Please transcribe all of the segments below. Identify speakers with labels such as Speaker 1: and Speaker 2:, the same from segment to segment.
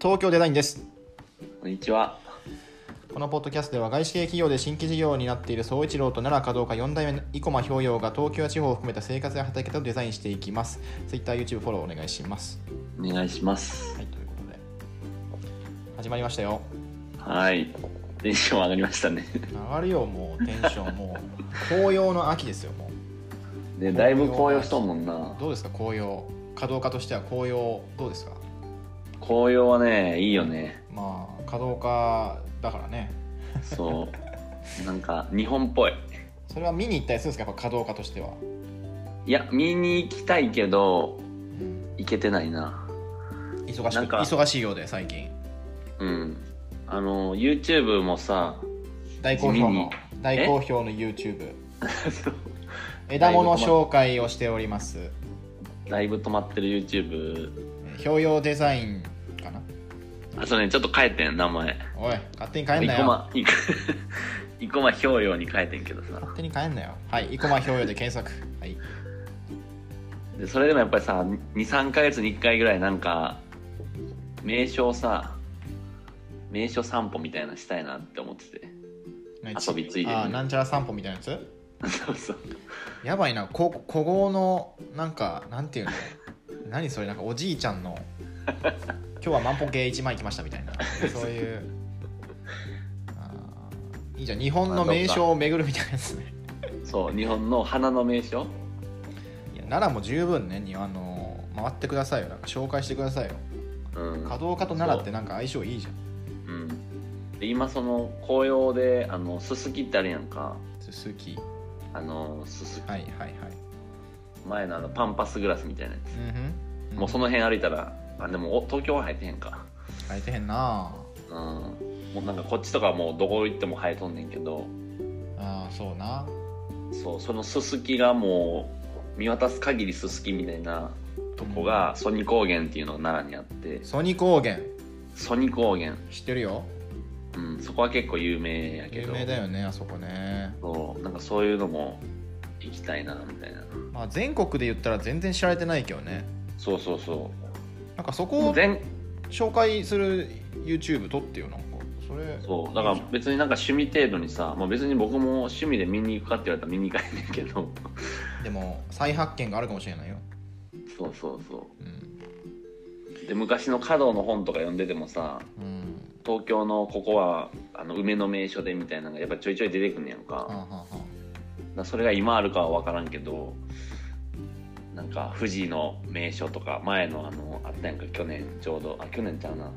Speaker 1: 東京デザインです
Speaker 2: こんにちは。
Speaker 1: このポッドキャストでは外資系企業で新規事業になっている総一郎と奈良華道家4代目の生駒氷洋が東京や地方を含めた生活や働き方をデザインしていきます Twitter、YouTube フォローお願いします
Speaker 2: お願いします
Speaker 1: は。いということで始まりましたよ
Speaker 2: はい。テンション上がりました ね。
Speaker 1: 上がるよもうテンションもう紅葉の秋ですよも
Speaker 2: で、だいぶ紅葉しとんもんな
Speaker 1: う。どうですか紅葉華道家としては紅葉どうですか
Speaker 2: 紅葉はね、いいよね。
Speaker 1: まあ華道家だからね
Speaker 2: そう。 なんか、日本っぽい。
Speaker 1: それは見に行ったりするんですかやっぱ華道家としては、
Speaker 2: いや、見に行きたいけど、
Speaker 1: うん
Speaker 2: 行けてないな。
Speaker 1: 忙しく
Speaker 2: なんか
Speaker 1: 忙しいようで最近
Speaker 2: うん。あの、YouTube も さ、
Speaker 1: 大好評の大好評の YouTube 枝物紹介をしております
Speaker 2: だいぶ止まってる YouTube。
Speaker 1: えー標用デザインかな
Speaker 2: あ、そうね、ちょっと変えてん、名前。
Speaker 1: おい勝手に変えん
Speaker 2: 生
Speaker 1: なよ
Speaker 2: 駒、生生駒氷陽に変えてんけどさ。
Speaker 1: 勝手に変えんなよはい生駒標用で検索はい
Speaker 2: でそれでもやっぱりさ23ヶ月に1回ぐらいなんか名所をさ名所散歩みたいなのしたいなって思ってて遊びついでに
Speaker 1: あーなんちゃら散歩みたいなやつ
Speaker 2: そうそう
Speaker 1: やばいなこ古豪のなんかなんていうの何それなんかおじいちゃん の今日は万歩計1枚行きましたみたいなそういうあーいいじゃん日本の名所を巡るみたいなやつね
Speaker 2: そう日本の花の名所
Speaker 1: いや奈良も十分ねにあの回ってくださいよなんか紹介してくださいよ
Speaker 2: うん、
Speaker 1: 華道家と奈良ってなんか相性いいじゃん
Speaker 2: うん、で今その紅葉であのすすきってあるやんか
Speaker 1: 鈴木
Speaker 2: あのすすき
Speaker 1: はいはいはい
Speaker 2: 前のあのパンパスグラスみたいなや
Speaker 1: うんふん
Speaker 2: つ、
Speaker 1: うん
Speaker 2: もうその辺歩いたらあでもお東京は生えてへんか
Speaker 1: 生えてへんな
Speaker 2: うんもうなんかこっちとかはもうどこ行っても生えとんねんけど
Speaker 1: ああそうな
Speaker 2: そうそのすすきがもう見渡す限りすすきみたいなとこがソニ高原っていうのが奈良にあって
Speaker 1: ソニ高原
Speaker 2: ソニ高原、
Speaker 1: 知ってるよ
Speaker 2: うん、そこは結構有名やけ
Speaker 1: 有
Speaker 2: ど
Speaker 1: 名だよねあそこね
Speaker 2: そうなんかそういうのも行きたいなみたいな
Speaker 1: まあ、全国で言ったら全然知られてないけどね
Speaker 2: そうそうそ
Speaker 1: なんかそうこを
Speaker 2: 全
Speaker 1: 紹介する YouTube 撮ってよなんかそれ
Speaker 2: そうだから別になんか趣味程度にさ、まあ、別に僕も趣味で見に行くかって言われたら見に行かへんねんけど
Speaker 1: でも再発見があるかもしれないよ、
Speaker 2: そうそうそ
Speaker 1: うん
Speaker 2: うで昔の華道の本とか読んでてもさ
Speaker 1: うん、
Speaker 2: 東京のここはあの梅の名所でみたいなのがやっぱちょいちょい出てくんねやんか、
Speaker 1: はんはんはん
Speaker 2: だからそれが今あるかは分からんけどなんか富士の名所とか前のあのあったやんか去年ちょうどあ去年ちゃうな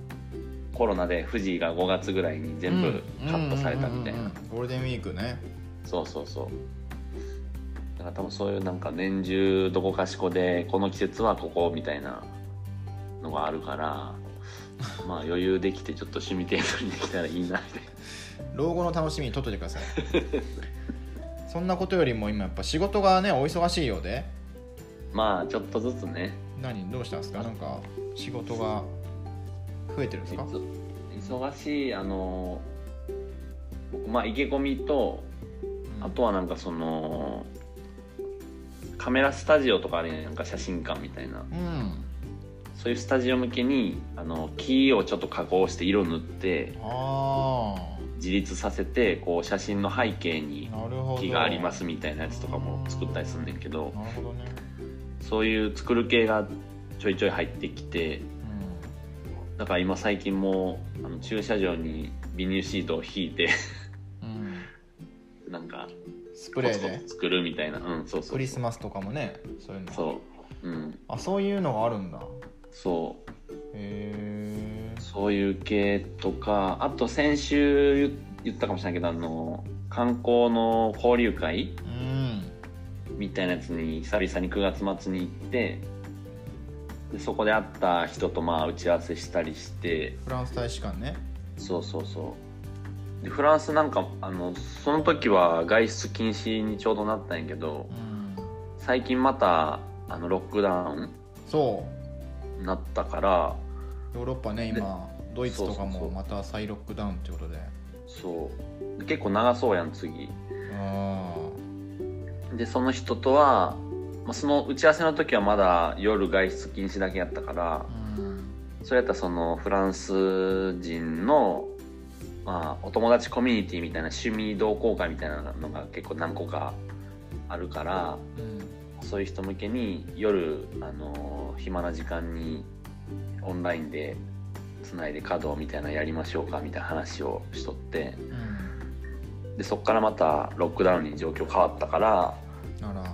Speaker 2: コロナで富士が5月ぐらいに全部カットされたみたい
Speaker 1: うんうん
Speaker 2: な
Speaker 1: うんうんゴールデンウィークね
Speaker 2: そうそうそうだから多分そういうなんか年中どこかしこでこの季節はここみたいなのがあるからまあ余裕できてちょっと趣味程度にできたらいいなって
Speaker 1: 老後の楽しみに撮っといてください そんなことよりも今やっぱ仕事がねお忙しいようで
Speaker 2: まあちょっとずつね
Speaker 1: 何どうしたんですかなんか仕事が増えてるんですか
Speaker 2: 忙しいあの僕まあ池込みと
Speaker 1: うん
Speaker 2: あとはなんかそのカメラスタジオとかあるやんなんか写真館みたいな
Speaker 1: うん
Speaker 2: そういうスタジオ向けにあの木をちょっと加工して色塗って
Speaker 1: あ
Speaker 2: 自立させてこう写真の背景に
Speaker 1: あなるほど
Speaker 2: 木がありますみたいなやつとかも作ったりすんねんけど
Speaker 1: なるほどね
Speaker 2: そういう作る系がちょいちょい入ってきて
Speaker 1: うん
Speaker 2: だから今最近もあの駐車場にビニールシートを引いて
Speaker 1: うん
Speaker 2: なんか
Speaker 1: スプ
Speaker 2: コ
Speaker 1: レ
Speaker 2: ツ
Speaker 1: ー
Speaker 2: コ
Speaker 1: で
Speaker 2: ツ作るみたいなうんそうそうそう
Speaker 1: クリスマスとかもねそういうの
Speaker 2: そううん
Speaker 1: あそういうのがあるんだへ
Speaker 2: そう
Speaker 1: え
Speaker 2: そういう系とかあと先週言ったかもしれないけどあの観光の交流会
Speaker 1: うん
Speaker 2: みたいなやつに久々に9月末に行ってでそこで会った人とまあ打ち合わせしたりして
Speaker 1: フランス大使館ね
Speaker 2: そうそうそうでフランスなんかあのその時は外出禁止にちょうどなったんやけど
Speaker 1: うん
Speaker 2: 最近またあのロックダウ
Speaker 1: そ
Speaker 2: ンになったから
Speaker 1: うヨーロッパね今ドイツとか
Speaker 2: そうそうそ
Speaker 1: も
Speaker 2: う
Speaker 1: また再ロックダウンってことで
Speaker 2: そう結構長そうやん次
Speaker 1: あ
Speaker 2: でその人とは、まあ、その打ち合わせの時はまだ夜外出禁止だけやったから
Speaker 1: あうん
Speaker 2: それやったらそのフランス人の、まあ、お友達コミュニティみたいな趣味同好会みたいなのが結構何個かあるからそういう人向けに夜あの暇な時間にオンラインでつないで稼働みたいなのやりましょうかみたいな話をしとって
Speaker 1: うんうん
Speaker 2: でそっからまたロックダウンに状況変わったから
Speaker 1: あら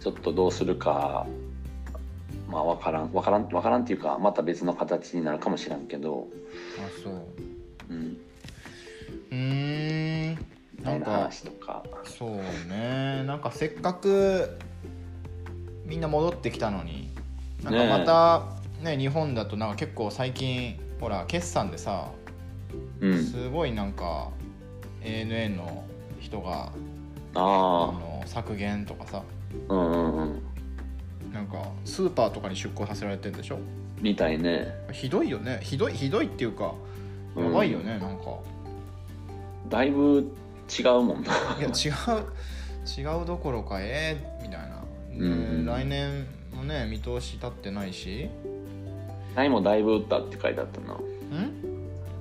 Speaker 2: ちょっとどうするかまあ分からん分からん分からんっていうかまた別の形になるかもしらんけど、
Speaker 1: あそう
Speaker 2: うん、
Speaker 1: うーんなん
Speaker 2: みたい
Speaker 1: か
Speaker 2: 話とか
Speaker 1: そうねなんかせっかくみんな戻ってきたのになんかまたね日本だとなんか結構最近ほら決算でさ
Speaker 2: うん
Speaker 1: すごいなんか ANA の人があ
Speaker 2: あ
Speaker 1: の削減とかさ
Speaker 2: あうんうんうん
Speaker 1: なんかスーパーとかに出向させられてるでしょ
Speaker 2: みたいね
Speaker 1: ひどいよねひどいひどいっていうか
Speaker 2: うん
Speaker 1: やばいよね、 なんか
Speaker 2: だいぶ違うもんな
Speaker 1: いや違う違うどころかええみたいな、で
Speaker 2: うん
Speaker 1: 来年もね見通し立ってないし
Speaker 2: タイもだいぶ打ったって書いてあったなん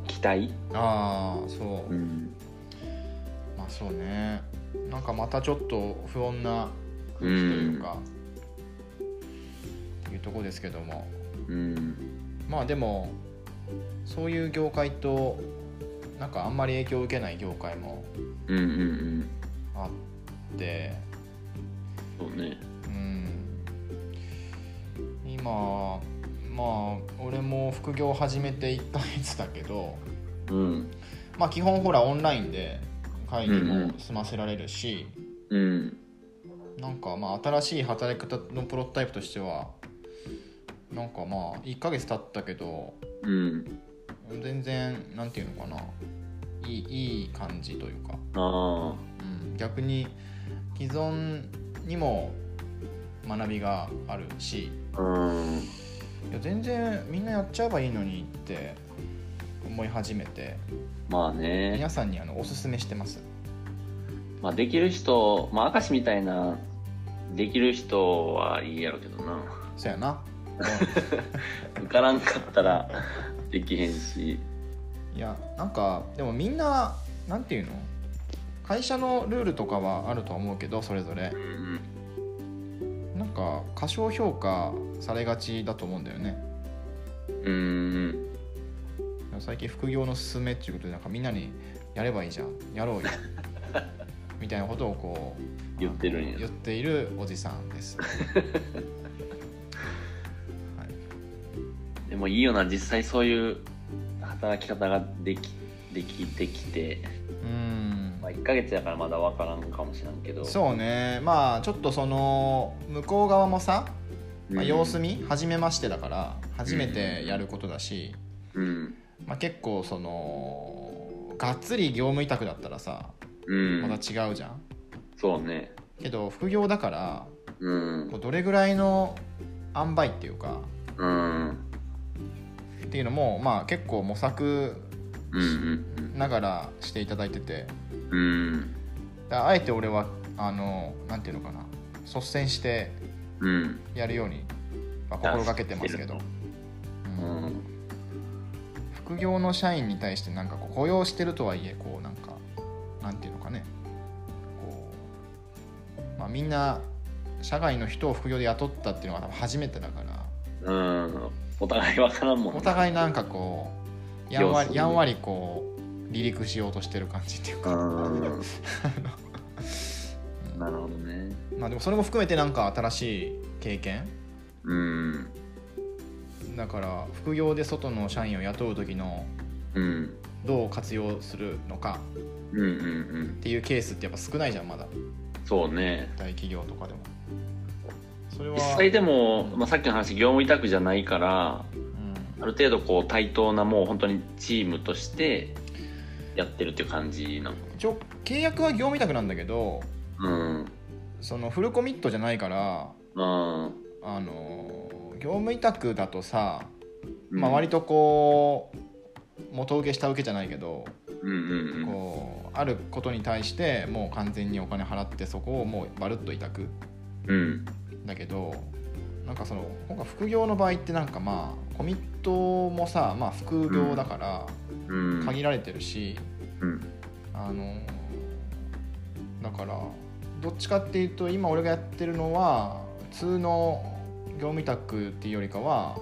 Speaker 2: 期待
Speaker 1: ああそう、
Speaker 2: うん
Speaker 1: まあそうねなんかまたちょっと不穏な空気というか、いうとこですけども
Speaker 2: うん
Speaker 1: まあでもそういう業界となんかあんまり影響を受けない業界も
Speaker 2: うんうんうん
Speaker 1: あって
Speaker 2: そうね
Speaker 1: うん今まあ俺も副業を始めて1ヶ月だけど
Speaker 2: うん
Speaker 1: まあ基本ほらオンラインで会議
Speaker 2: うんう
Speaker 1: も
Speaker 2: ん
Speaker 1: 済ませられるし、
Speaker 2: うん
Speaker 1: なんかまあ新しい働き方のプロトタイプとしてはなんかまあ1ヶ月経ったけど
Speaker 2: うん
Speaker 1: 全然なんていうのかないいいい感じというか、
Speaker 2: あ
Speaker 1: うん、逆に既存にも学びがあるし
Speaker 2: あうん
Speaker 1: いや全然みんなやっちゃえばいいのにって思い始めて
Speaker 2: まあね
Speaker 1: 皆さんにあのおすすめしてます
Speaker 2: まあできる人まあ明石みたいなできる人はいいやろうけどな
Speaker 1: そやな、
Speaker 2: 受からんかったらできへんし
Speaker 1: うんいやなんかでもみんななんていうの会社のルールとかはあると思うけどそれぞれ
Speaker 2: うん
Speaker 1: なんか過小評価されがちだと思うんだよね
Speaker 2: うん
Speaker 1: 最近副業のすすめっていうことでなんかみんなにやればいいじゃんや ろうよみたいなことをこう
Speaker 2: 言ってるんや
Speaker 1: あの言っているおじさん です、はい
Speaker 2: でもいいよな実際そういう働き方ができできてきて、
Speaker 1: うん
Speaker 2: まあ、1ヶ月やからまだ分からんかもしらんけど
Speaker 1: そうねまあちょっとその向こう側もさ、
Speaker 2: うん、
Speaker 1: まあ、様子見初めましてだから初めてやることだし、
Speaker 2: うん
Speaker 1: まあ、結構そのがっつり業務委託だったらさ
Speaker 2: うん
Speaker 1: また違うじゃん、
Speaker 2: そうね
Speaker 1: けど副業だから
Speaker 2: うん
Speaker 1: こうどれぐらいの塩梅っていうか
Speaker 2: うん
Speaker 1: っていうのもまあ結構模索
Speaker 2: うんうん
Speaker 1: ながらしていただいてて
Speaker 2: うん
Speaker 1: だあえて俺はあのなんていうのかな率先して
Speaker 2: うん
Speaker 1: やるように、まあ、心がけてますけど、
Speaker 2: う
Speaker 1: うん
Speaker 2: ん
Speaker 1: 副業の社員に対してなんかこう雇用してるとはいえこうなんかなんていうのかねこう、まあ、みんな社外の人を副業で雇ったっていうのは初めてだから
Speaker 2: うんお互い分からんもん
Speaker 1: お
Speaker 2: な
Speaker 1: 互いなんかこうやんわ
Speaker 2: 様
Speaker 1: り
Speaker 2: 子見
Speaker 1: やんわりこう離陸しようとしてる感じっていう
Speaker 2: う
Speaker 1: か、
Speaker 2: んなるほどね
Speaker 1: まあ、でもそれも含めてなんか新しい経験
Speaker 2: うん
Speaker 1: だから副業で外の社員を雇う時の
Speaker 2: うん
Speaker 1: どう活用するのか
Speaker 2: うんうんうん
Speaker 1: っていうケースってやっぱ少ないじゃんまだ
Speaker 2: そうね
Speaker 1: 大企業とかでもそれは
Speaker 2: 実際でも、まあ、さっきの話業務委託じゃないから
Speaker 1: うん
Speaker 2: ある程度こう対等なもう本当にチームとしてやってるっていう感じなの
Speaker 1: 一応契約は業務委託なんだけど
Speaker 2: うん
Speaker 1: そのフルコミットじゃないから
Speaker 2: うん
Speaker 1: あの業務委託だとさ、まあ、割
Speaker 2: と
Speaker 1: とこう元請け下請けじゃないけど
Speaker 2: うんうん
Speaker 1: こうあることに対してもう完全にお金払ってそこをもうバルッと委託
Speaker 2: うんうん
Speaker 1: だけどなんかその今回副業の場合ってなんかまあコミットもさ、まあ、副業だから
Speaker 2: うん
Speaker 1: 限られてるし、
Speaker 2: うん
Speaker 1: あのだからどっちかっていうと今俺がやってるのは普通の業務委託っていうよりかは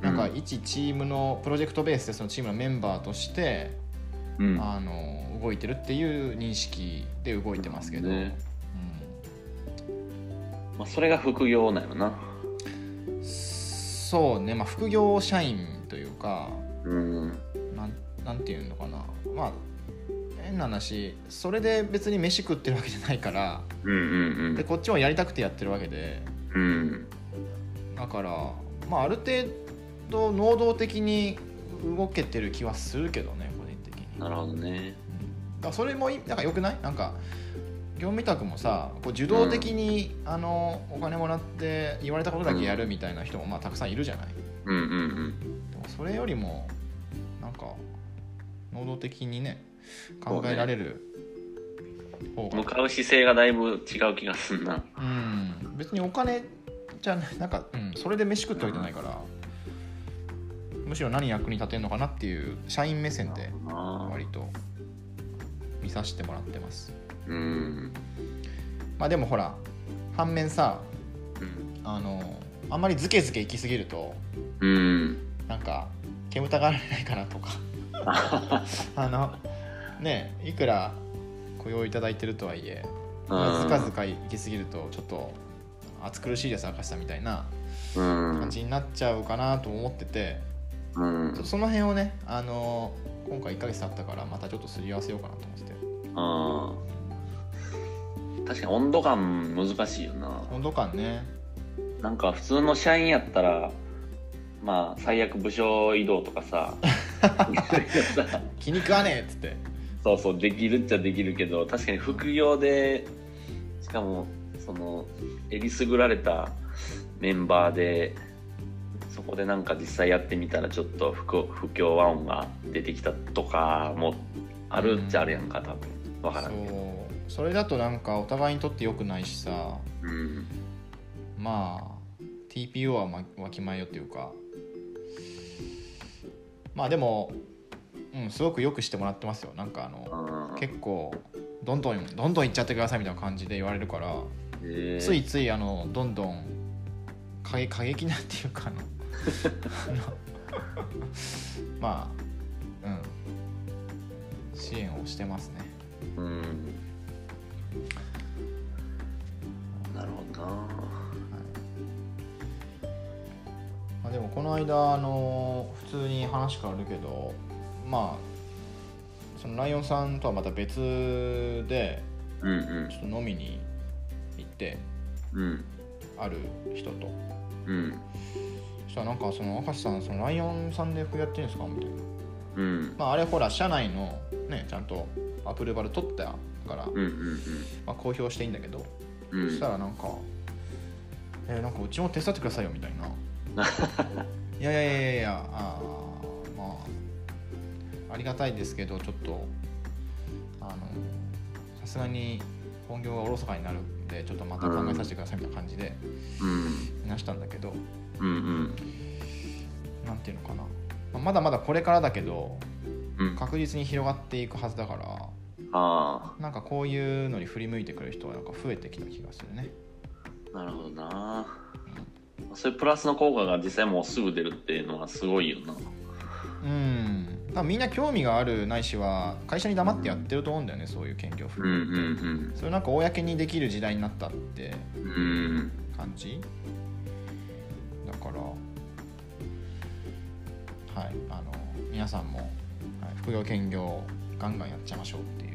Speaker 1: なんか
Speaker 2: うん
Speaker 1: 一チームのプロジェクトベースでそのチームのメンバーとして、
Speaker 2: うん
Speaker 1: あの動いてるっていう認識で動いてますけど、
Speaker 2: ねまあ、それが副業なのな
Speaker 1: うん、そうねまあ副業社員というか
Speaker 2: うん
Speaker 1: なんなんていうのかなまあ変な話それで別に飯食ってるわけじゃないから
Speaker 2: うんうん
Speaker 1: でこっちもやりたくてやってるわけで
Speaker 2: うんうん
Speaker 1: だから、まあ、ある程度能動的に動けてる気はするけどね個人的に
Speaker 2: なるほどね
Speaker 1: だからそれもいいなんか良くないなんか業務委託もさこう受動的に、あのお金もらって言われたことだけやるみたいな人も、まあ、たくさんいるじゃない
Speaker 2: うんうん
Speaker 1: でもそれよりもなんか能動的にね
Speaker 2: そ
Speaker 1: 考
Speaker 2: うね
Speaker 1: えられる方
Speaker 2: うん
Speaker 1: が
Speaker 2: 向かう姿勢がだいぶ違う気がすんな
Speaker 1: うん別にお金じゃないなんか、うん、それで飯食ってわけじゃないから、むしろ何役に立てるのかなっていう社員目線で
Speaker 2: あ
Speaker 1: 割と見させてもらってます
Speaker 2: ーうん
Speaker 1: まあでもほら反面さ
Speaker 2: うん
Speaker 1: あのあんまりズケズケ行き過ぎると
Speaker 2: うん
Speaker 1: なんか煙たがられないかなとかあのねいくら雇用いただいてるとはいえずかずか行き過ぎるとちょっと暑苦しいです明石さんみたいな
Speaker 2: うん
Speaker 1: 感じになっちゃうかなと思ってて
Speaker 2: うん
Speaker 1: ちょっとその辺をねあの今回1ヶ月経ったからまたちょっとすり合わせようかなと思ってて
Speaker 2: あー確かに温度感難しいよな
Speaker 1: 温度感ね
Speaker 2: なんか普通の社員やったらまあ最悪部署移動とかさ
Speaker 1: 気に食わねえっつって
Speaker 2: そうそうできるっちゃできるけど確かに副業でしかもそのえりすぐられたメンバーでそこでなんか実際やってみたらちょっと不不協和音が出てきたとかもあるっちゃあるやんか多分わからんけ
Speaker 1: そ
Speaker 2: ど
Speaker 1: うそれだとなんかお互いにとって良くないしさ
Speaker 2: うん
Speaker 1: まあ TPO はまわきまえよっていうかまあでも、うん、すごくよくしてもらってますよなんかあの
Speaker 2: あー
Speaker 1: 結構どんどんどんどん行っちゃってくださいみたいな感じで言われるから、
Speaker 2: えー
Speaker 1: ついついあのどんどん過激過激なっていう かあのあのまあうん支援をしてますね
Speaker 2: うんなるほどな
Speaker 1: まあ、でもこの間あの普通に話変わるけどまあそのライオンさんとはまた別で
Speaker 2: うんうん
Speaker 1: ちょっと飲みに行って
Speaker 2: うん
Speaker 1: ある人と
Speaker 2: うん
Speaker 1: そしたらなんかその明石さんそのライオンさんで服やってるんですかみたいな
Speaker 2: うん
Speaker 1: まああれほら社内のねちゃんとアプルバル取ったから、
Speaker 2: うんうん
Speaker 1: まあ、公表していいんだけど、
Speaker 2: うんうん
Speaker 1: そしたらなんか「えーなんかうちも手伝ってくださいよ」みたいな 「いやいやいやいやあーまあありがたいですけどちょっとあのさすがに本業がおろそかになるんでちょっとまた考えさせてください」みたいな感じで
Speaker 2: うん
Speaker 1: 話したんだけど
Speaker 2: うん
Speaker 1: なんていうのかな、まあまだまだこれからだけど
Speaker 2: うんうん
Speaker 1: 確実に広がっていくはずだから
Speaker 2: あ
Speaker 1: なんかこういうのに振り向いてくる人はなんか増えてきた気がするね
Speaker 2: あなるほどなそういうプラスの効果が実際もうすぐ出るっていうのはすごいよな
Speaker 1: うん多分みんな興味があるないしは会社に黙ってやってると思うんだよねそういう研究を
Speaker 2: うんうん
Speaker 1: それなんか公にできる時代になったって
Speaker 2: うんうん
Speaker 1: 感じだからはいあの皆さんも、はい、副業兼業をガンガンやっちゃいましょうってい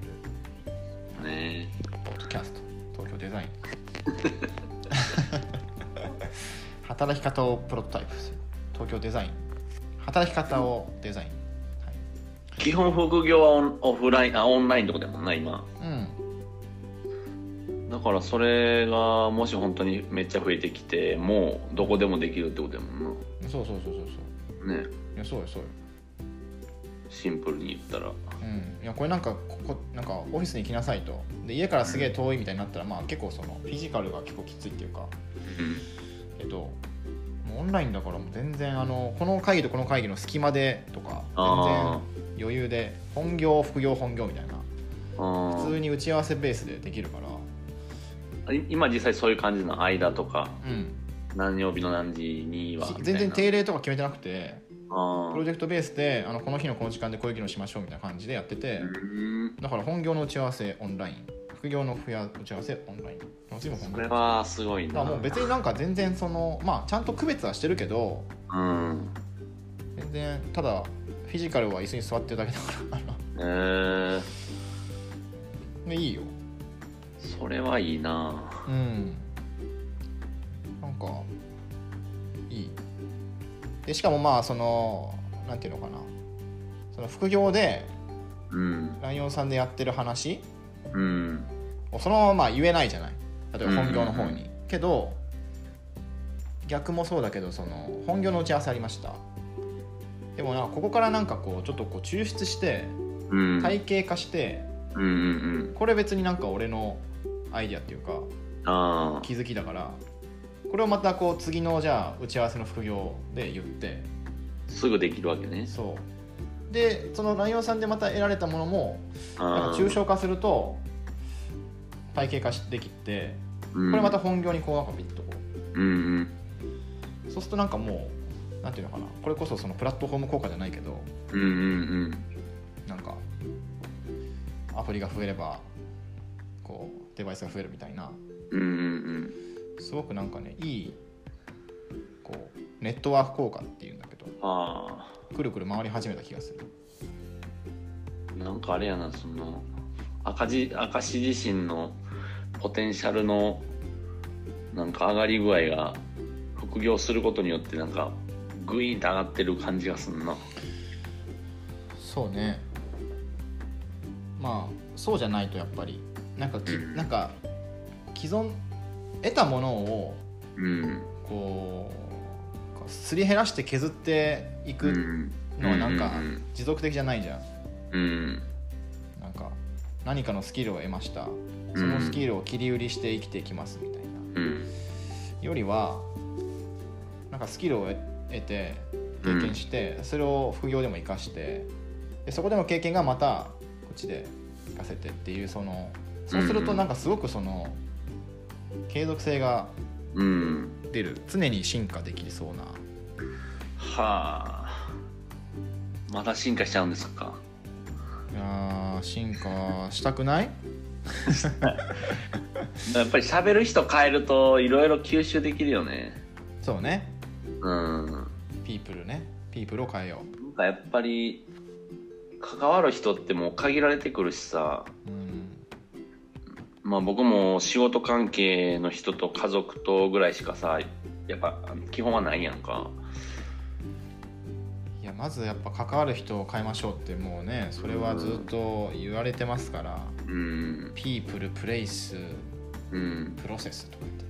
Speaker 1: う
Speaker 2: ね
Speaker 1: ポッドキャスト東京デザイン 働き方をプロトタイプする東京デザイン働き方をデザイン、はい、
Speaker 2: 基本副業はオンオフラインあオンラインってことやもんな今
Speaker 1: うん
Speaker 2: だからそれがもし本当にめっちゃ増えてきてもうどこでもできるってことやもん
Speaker 1: そうそうそうそうそう
Speaker 2: なね
Speaker 1: いやそうよそうよ
Speaker 2: シンプルに言ったら
Speaker 1: うんいやこれなんかここなんかオフィスに来なさいとで家からすげえ遠いみたいになったらまあ結構そのフィジカルが結構きついっていうか
Speaker 2: う
Speaker 1: けどンラインだからもう全然あのこの会議とこの会議の隙間でとか
Speaker 2: あ
Speaker 1: 全然余裕で本業副業本業みたいな
Speaker 2: あ
Speaker 1: 普通に打ち合わせベースでできるから
Speaker 2: 今実際そういう感じの間とか
Speaker 1: うん
Speaker 2: 何曜日の何時にはみたいな
Speaker 1: 全然定例とか決めてなくて
Speaker 2: あ
Speaker 1: プロジェクトベースであのこの日のこの時間でこういう議論しましょうみたいな感じでやってて
Speaker 2: ーうん
Speaker 1: だから本業の打ち合わせオンライン副業の副業打ち合わせオンラインもちろん本
Speaker 2: そ
Speaker 1: 業
Speaker 2: れ
Speaker 1: だか
Speaker 2: はすごいな
Speaker 1: らもう別になんか全然そのまあちゃんと区別はしてるけど
Speaker 2: うん
Speaker 1: 全然ただフィジカルは椅子に座ってるだけだからあ
Speaker 2: えー、
Speaker 1: のいいよ
Speaker 2: それはいいな
Speaker 1: うんなんかいいでしかもまあそのなんていうのかなその副業で
Speaker 2: うん
Speaker 1: ライオンさんでやってる話
Speaker 2: うん
Speaker 1: そのまままあ言えないじゃない例えば本業の方に、
Speaker 2: うんうん
Speaker 1: けど逆もそうだけどその本業の打ち合わせありましたでもなんかここからなんかこうちょっとこう抽出して
Speaker 2: うん
Speaker 1: 体系化して、
Speaker 2: うんうんうん
Speaker 1: これ別になんか俺のアイディアっていうか
Speaker 2: あ
Speaker 1: 気づきだからこれをまたこう次のじゃあ打ち合わせの副業で言って
Speaker 2: あすぐできるわけね
Speaker 1: そうでそのライオンさんでまた得られたものもなん
Speaker 2: あ
Speaker 1: か
Speaker 2: あ
Speaker 1: 抽象化すると体系化できて
Speaker 2: こ
Speaker 1: これまた本業にこうなんかビッとこう
Speaker 2: うんうん
Speaker 1: そうするとなんかもうなんていうのかなこれこそそのプラットフォーム効果じゃないけど
Speaker 2: うんうん
Speaker 1: なんかアプリが増えればこうデバイスが増えるみたいな
Speaker 2: うんうんうん
Speaker 1: すごくなんかねいいこうネットワーク効果っていうんだけど
Speaker 2: あ
Speaker 1: くるくる回り始めた気がする
Speaker 2: あなんかあれやなその赤字赤字自身のポテンシャルのなんか上がり具合が副業することによってなんかグイーンと上がってる感じがすんな
Speaker 1: そうねまあそうじゃないとやっぱりなんかきなんか既存得たものを
Speaker 2: うん
Speaker 1: こうこうすり減らして削っていうく
Speaker 2: ん
Speaker 1: のはなんか
Speaker 2: うん
Speaker 1: 持続的じゃないじゃん
Speaker 2: うん
Speaker 1: なんか何かのスキルを得ましたそのスキルを切り売りして生きていきますみたいな、
Speaker 2: うん
Speaker 1: よりはなんかスキルを得て経験して、それを副業でも活かしてでそこでの経験がまたこっちで活かせてっていうそのそうする
Speaker 2: うんう
Speaker 1: と
Speaker 2: ん
Speaker 1: なんかすごくその継続性が
Speaker 2: うん
Speaker 1: 出る常に進化できそうな
Speaker 2: はあまた進化しちゃうんですか
Speaker 1: いやー進化したくない
Speaker 2: やっぱり喋る人変えるといろいろ吸収できるよね
Speaker 1: そうね
Speaker 2: うん
Speaker 1: ピープルねピープルを変えよ
Speaker 2: なんかやっぱり関わる人ってもう限られてくるしさ
Speaker 1: う、うん、
Speaker 2: まあ僕も仕事関係の人と家族とぐらいしかさやっぱ基本はないやんか
Speaker 1: いやまずやっぱ関わる人を変えましょうってもうねそれはずっと言われてますから、
Speaker 2: うん
Speaker 1: ピープルプレイス
Speaker 2: うん
Speaker 1: プロセスとかって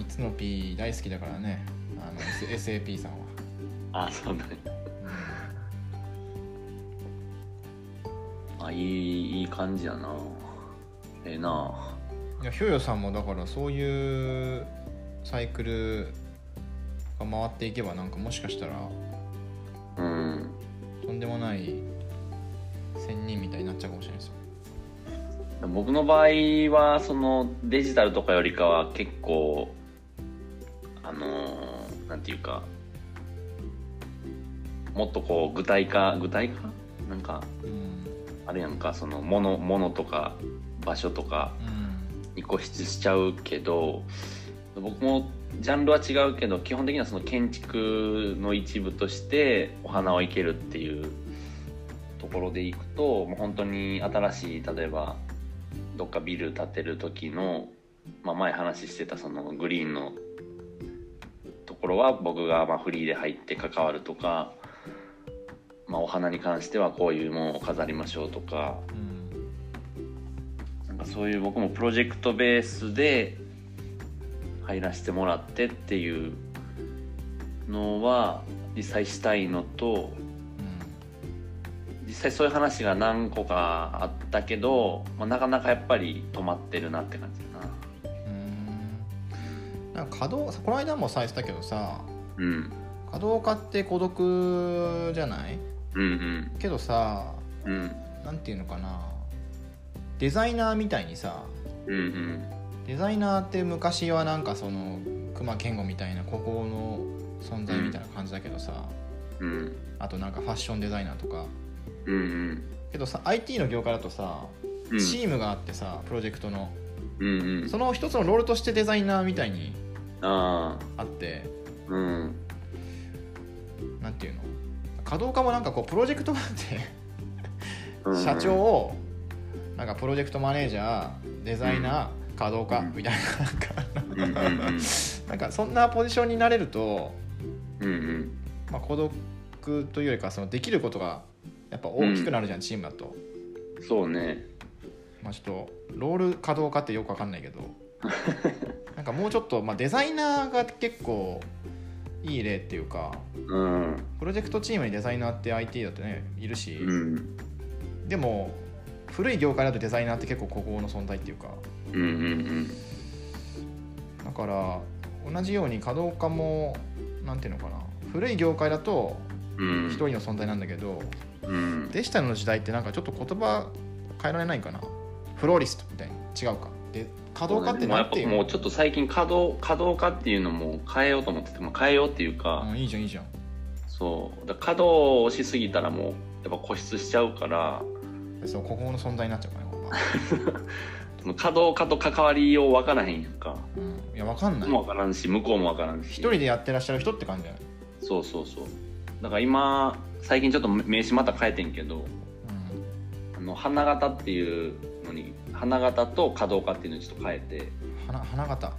Speaker 1: 3つの P 大好きだからねあの S- SAP さんは、
Speaker 2: あそうだね
Speaker 1: うん
Speaker 2: あいいいい感じやなええない
Speaker 1: やひょよさんもだからそういうサイクルが回っていけばなんかもしかしたら
Speaker 2: うん
Speaker 1: とんでもない仙人みたいになっちゃうかもしれないですよ
Speaker 2: 僕の場合はそのデジタルとかよりかは結構あのーなんていうかもっとこう具体化具体化なんか
Speaker 1: うん
Speaker 2: あれやんかそのものものとか場所とか
Speaker 1: うん
Speaker 2: に固執しちゃうけど僕もジャンルは違うけど基本的にはその建築の一部としてお花を生けるっていうところでいくともう本当に新しい例えばどっかビル建てる時の、まあ、前話してたそのグリーンのところは僕がまあフリーで入って関わるとか、まあ、お花に関してはこういうものを飾りましょうとか
Speaker 1: うん
Speaker 2: なんかそういう僕もプロジェクトベースで入らせてもらってっていうのは実際したいのと実際そういう話が何個かあったけど、まあ、なかなかやっぱり止まってるなって感じだな。
Speaker 1: うんうんなんか稼働この間もさ言ってたけどさ
Speaker 2: うん
Speaker 1: 稼働家って孤独じゃない
Speaker 2: うん
Speaker 1: けどさ
Speaker 2: うんうん
Speaker 1: なんていうのかなデザイナーみたいにさ
Speaker 2: うんうん
Speaker 1: デザイナーって昔はなんかその熊健吾みたいな孤高の存在みたいな感じだけどさ、
Speaker 2: うん
Speaker 1: あとなんかファッションデザイナーとか
Speaker 2: うんうん
Speaker 1: けどさ IT の業界だとさ
Speaker 2: うん
Speaker 1: チームがあってさプロジェクトの
Speaker 2: うんうん
Speaker 1: その一つのロールとしてデザイナーみたいに
Speaker 2: ああ
Speaker 1: あって
Speaker 2: うん
Speaker 1: なんていうの稼働家もなんかこうプロジェクトがあっ
Speaker 2: うん
Speaker 1: て社長をなんかプロジェクトマネージャーデザイナー稼働家
Speaker 2: うん
Speaker 1: みたい
Speaker 2: うんうん
Speaker 1: ななんか
Speaker 2: うん
Speaker 1: なんかそんなポジションになれると
Speaker 2: うん
Speaker 1: まあ、孤独というよりかはそのできることがやっぱ大きくなるじゃん、チームだと、
Speaker 2: うんそうね
Speaker 1: まあ、ちょっとロール稼働かってよく分かんないけどなんかもうちょっと、まあ、デザイナーが結構いい例っていうか
Speaker 2: うん
Speaker 1: プロジェクトチームにデザイナーって IT だってねいるし、
Speaker 2: うん
Speaker 1: でも古い業界だとデザイナーって結構孤高の存在っていうか
Speaker 2: うんうん
Speaker 1: だから同じように稼働家もなんていうのかな古い業界だと
Speaker 2: うん
Speaker 1: 一人の存在なんだけど、
Speaker 2: うん
Speaker 1: デジタルの時代ってなんかちょっと言葉変えられないかなフローリストみたいな違うかで稼働家って
Speaker 2: もう
Speaker 1: な
Speaker 2: や
Speaker 1: ん
Speaker 2: って
Speaker 1: い
Speaker 2: ぱ
Speaker 1: う
Speaker 2: もうちょっと最近稼働稼働化っていうのも変えようと思ってても変えようっていうか、
Speaker 1: うんいいじゃんいいじゃん
Speaker 2: そうだ稼働をしすぎたらもうやっぱ固執しちゃうから
Speaker 1: そうここの存在になっちゃうからねここは、
Speaker 2: その稼働化と関わりよう分からへんやんか
Speaker 1: うん、いやわかんない
Speaker 2: もう分からんし向こうも分からんし
Speaker 1: 一人でやってらっしゃる人って感じじゃない、
Speaker 2: そうそうそうだから今最近ちょっと名刺また変えてんけどあの花形っていうのに花形と稼働化っていうのにちょっと変えて、
Speaker 1: うん、花花形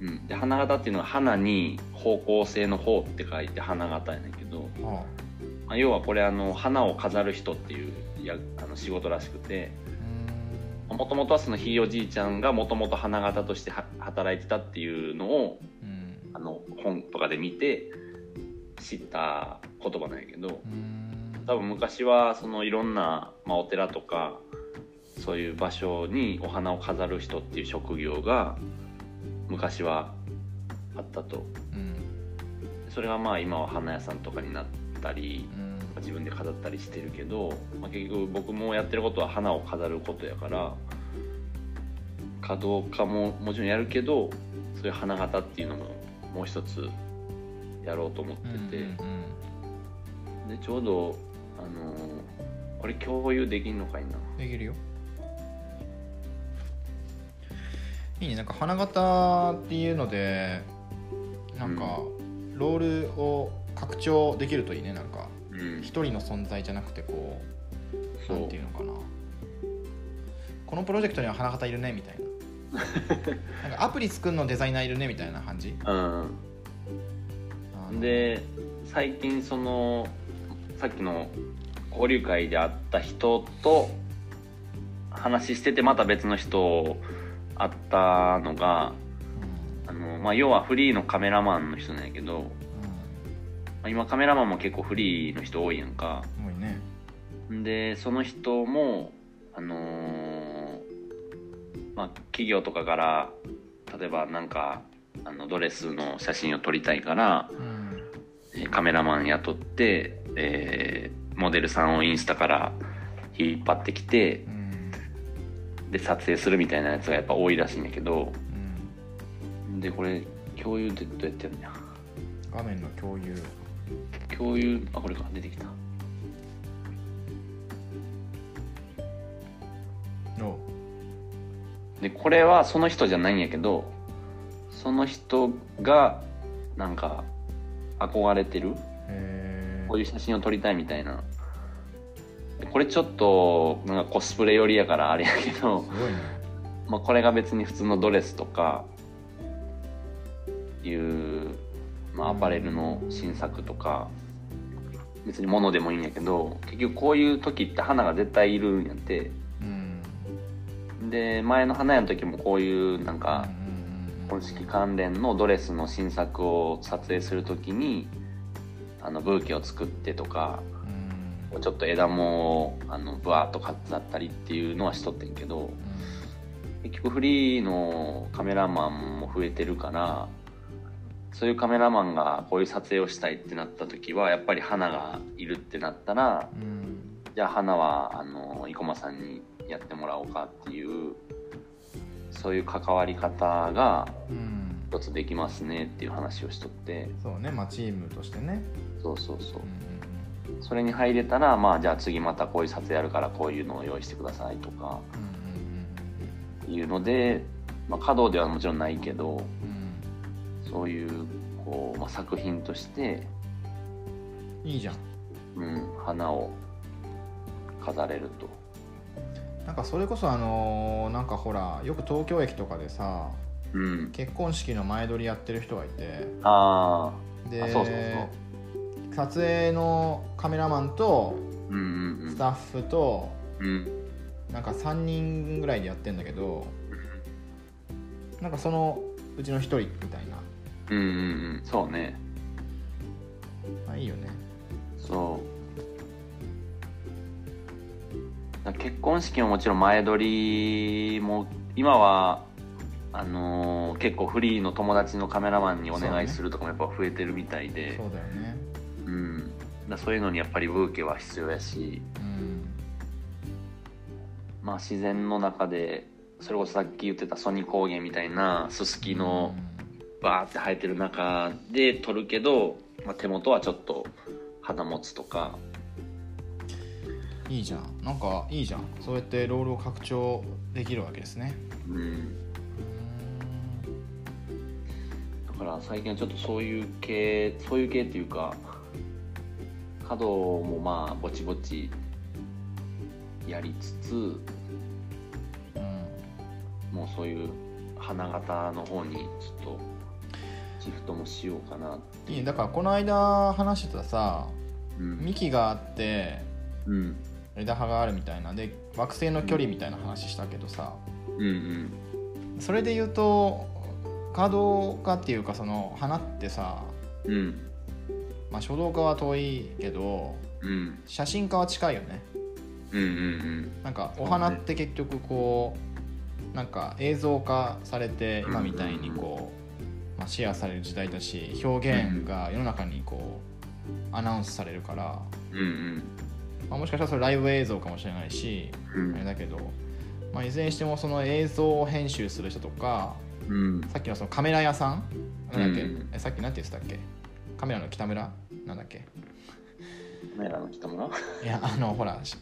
Speaker 2: うん、で花形っていうのは花に方向性の方って書いて花形やねんけど、
Speaker 1: はあ
Speaker 2: まあ、要はこれあの花を飾る人っていうやあの仕事らしくて
Speaker 1: うー
Speaker 2: もともとはそのひいおじいちゃんがもともと花形としては働いてたっていうのを
Speaker 1: ん
Speaker 2: あの本とかで見て知った言葉なんやけど
Speaker 1: うんうん
Speaker 2: 多分昔はそのいろんな、まあ、お寺とかそういう場所にお花を飾る人っていう職業が昔はあったと
Speaker 1: うん
Speaker 2: それがまあ今は花屋さんとかになったり
Speaker 1: うん
Speaker 2: 自分で飾ったりしてるけど、まあ、結局僕もやってることは花を飾ることやから華道家ももちろんやるけどそういう花形っていうのももう一つやろうと思って
Speaker 1: うん
Speaker 2: て、
Speaker 1: うん
Speaker 2: でちょうどあのーこれ共有できんのかいな
Speaker 1: できるよいいねなんか花形っていうのでなんかロールを拡張できるといいねなんか
Speaker 2: うん
Speaker 1: 一人の存在じゃなくてこう
Speaker 2: そ
Speaker 1: なん
Speaker 2: う
Speaker 1: ていうのかなこのプロジェクトには花形いるねみたい ななんかアプリ作るのデザイナーいるねみたいな感じあ
Speaker 2: う
Speaker 1: の
Speaker 2: んで最近そのさっきの交流会で会った人と話しててまた別の人会ったのが
Speaker 1: うん
Speaker 2: あの、まあ、要はフリーのカメラマンの人なんやけど、まあ今カメラマンも結構フリーの人多いやんか
Speaker 1: うん多いね
Speaker 2: でその人もあのーまあ企業とかから例えばなんかあのドレスの写真を撮りたいから
Speaker 1: うん
Speaker 2: えーカメラマン雇って、えーモデルさんをインスタから引っ張ってきて
Speaker 1: うん
Speaker 2: で撮影するみたいなやつがやっぱ多いらしいんやけど
Speaker 1: うん
Speaker 2: でこれ共有ってどうやってやるんだ
Speaker 1: 画面の共有
Speaker 2: 共有あこれか出てきた
Speaker 1: の
Speaker 2: でこれはその人じゃないんやけどその人がなんか憧れてる
Speaker 1: え
Speaker 2: こういう写真を撮りたいみたいなでこれちょっとなんかコスプレ寄りやからあれやけど
Speaker 1: すごいね
Speaker 2: まあ、これが別に普通のドレスとかいう、まあ、アパレルの新作とか別に物でもいいんやけど結局こういう時って花が絶対いるんやって
Speaker 1: うん
Speaker 2: で前の花屋の時もこういうなんか
Speaker 1: うん
Speaker 2: 本式関連のドレスの新作を撮影する時にあのブーケを作ってとか
Speaker 1: うん
Speaker 2: ちょっと枝もあのブワーッと飾ったりっていうのはしとってんけど。結局フリーのカメラマンも増えてるからそういうカメラマンがこういう撮影をしたいってなった時はやっぱり花がいるってなったら
Speaker 1: うん
Speaker 2: じゃあ花はあの生駒さんにやってもらおうかっていうそういう関わり方が
Speaker 1: うん
Speaker 2: 一つできますねっていう話をしとって
Speaker 1: そうねまあチームとしてね
Speaker 2: そうそうそう
Speaker 1: うんう
Speaker 2: それに入れたらまあじゃあ次またこういう撮影やるからこういうのを用意してくださいとか
Speaker 1: んうん
Speaker 2: いうので、まあ、稼働ではもちろんないけど
Speaker 1: うんうん
Speaker 2: そういうこう、まあ、作品として、
Speaker 1: うんいいじゃん
Speaker 2: うん、花を飾れると。
Speaker 1: なんかそれこそあのーなんかほらよく東京駅とかでさ
Speaker 2: うん、
Speaker 1: 結婚式の前撮りやってる人がいて
Speaker 2: あ
Speaker 1: で
Speaker 2: あそうそう
Speaker 1: 撮影のカメラマンと
Speaker 2: あうんうん
Speaker 1: スタッフと
Speaker 2: うんうん
Speaker 1: なんか3人ぐらいでやってんだけどなんかそのうちの1人みたいな、
Speaker 2: うんうんうんそうね
Speaker 1: まあ、いいよね
Speaker 2: そうだから結婚式ももちろん前撮りも今はあのー結構フリーの友達のカメラマンにお
Speaker 1: そう
Speaker 2: 願
Speaker 1: ね
Speaker 2: いするとかもやっぱ増えてるみたいで
Speaker 1: そうだよね
Speaker 2: うん、だからそういうのにやっぱりブーケは必要やし、
Speaker 1: うん
Speaker 2: まあ、自然の中でそれこそさっき言ってたソニ高原みたいなススキのバーって生えてる中で撮るけど、まあ、手元はちょっと肌持つとか
Speaker 1: うんいいじゃんなんかいいじゃんそうやってロールを拡張できるわけですね
Speaker 2: うん
Speaker 1: うん
Speaker 2: だから最近はちょっとそういう系そういう系っていうか角もまあぼちぼちやりつつ
Speaker 1: うん
Speaker 2: もうそういう花形の方にちょっとシフトもしようかない
Speaker 1: いねだからこの間話してたさ
Speaker 2: うん、
Speaker 1: 幹があって
Speaker 2: うん、
Speaker 1: 枝葉があるみたいなで惑星の距離みたいな話したけどさ
Speaker 2: うんうん
Speaker 1: それで言うと可動化っていうかその花ってさ、
Speaker 2: うん
Speaker 1: まあ、書道家は遠いけど
Speaker 2: うん
Speaker 1: 写真家は近いよね
Speaker 2: うんうん
Speaker 1: なんか
Speaker 2: そう
Speaker 1: お
Speaker 2: ね
Speaker 1: 花って結局こうなんか映像化されて今みたいにこう、まあ、シェアされる時代だし表現が世の中にこうアナウンスされるから、
Speaker 2: うんうん
Speaker 1: まあ、もしかしたらそれライブ映像かもしれないし
Speaker 2: うん
Speaker 1: あれだけど、まあ、いずれにしてもその映像を編集する人とか
Speaker 2: うん
Speaker 1: さっきのそのカメラ屋さんなんだっけ、
Speaker 2: うん
Speaker 1: えさっきなんて言ってたっけカメラの北村なんだっけ
Speaker 2: カメラの人もな
Speaker 1: いやあのほらし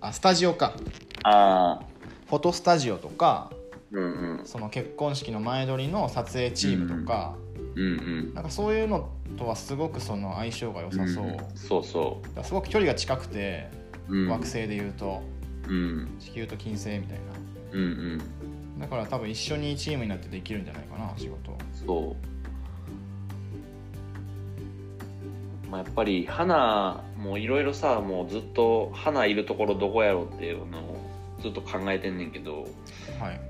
Speaker 1: あスタジオか
Speaker 2: ああ
Speaker 1: フォトスタジオとか
Speaker 2: うんうん
Speaker 1: その結婚式の前撮りの撮影チームとか、
Speaker 2: うんうん
Speaker 1: なんかそういうのとはすごくその相性が良さそう、だか
Speaker 2: んそうそ
Speaker 1: らすごく距離が近くて
Speaker 2: う、うん、
Speaker 1: 惑星で言うと
Speaker 2: うん
Speaker 1: 地球と金星みたいな
Speaker 2: うんうん
Speaker 1: だから多分一緒にチームになってできるんじゃないかな仕事
Speaker 2: そう、まあ、やっぱり花もいろいろさもうずっと花いるところどこやろうっていうのをずっと考えてんねんけど
Speaker 1: はい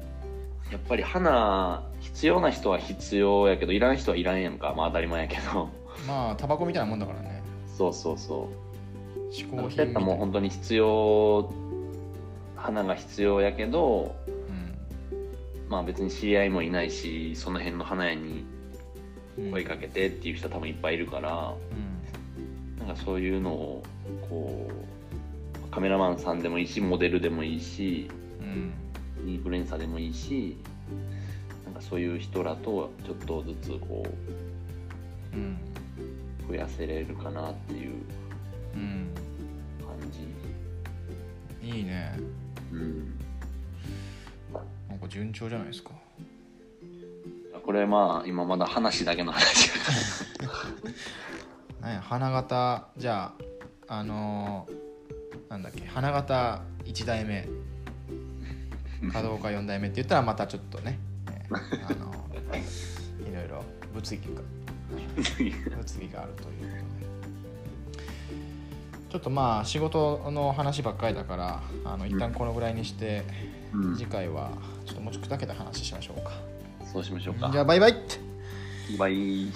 Speaker 2: やっぱり花必要な人は必要やけどいらん人はいらんやんかまあ当たり前やけ ど
Speaker 1: まあタバコみたいなもんだからね
Speaker 2: そうそうそ
Speaker 1: 嗜
Speaker 2: う
Speaker 1: 好品
Speaker 2: ペッ
Speaker 1: みた
Speaker 2: タ
Speaker 1: い
Speaker 2: もう
Speaker 1: な、
Speaker 2: 本当に必要花が必要やけどまあ別に知り合いもいないしその辺の花屋に
Speaker 1: うん、
Speaker 2: 声かけてっていう人は多分いっぱいいるから、なんかそういうのをこうカメラマンさんでもいいしモデルでもいいし
Speaker 1: うん、うん
Speaker 2: インフルエンサーでもいいしなんかそういう人らとちょっとずつこ
Speaker 1: うん
Speaker 2: う増やせれるかなっていう
Speaker 1: うん
Speaker 2: 感じ、
Speaker 1: いいね
Speaker 2: うん、
Speaker 1: なんか順調じゃないですか
Speaker 2: これまあ今まだ話だけの話やから
Speaker 1: なんや花形じゃああのーなんだっけ花形1代 目稼働家4代目って言ったらまたちょっと ね、えーあのーいろいろ物議が物議があるということでちょっとまあ仕事の話ばっかりだからあの一旦このぐらいにして、
Speaker 2: うん
Speaker 1: 次回はちょっともうちょっと砕けた話しましょうか
Speaker 2: そうしましょうか
Speaker 1: じゃあバイバイって
Speaker 2: バイ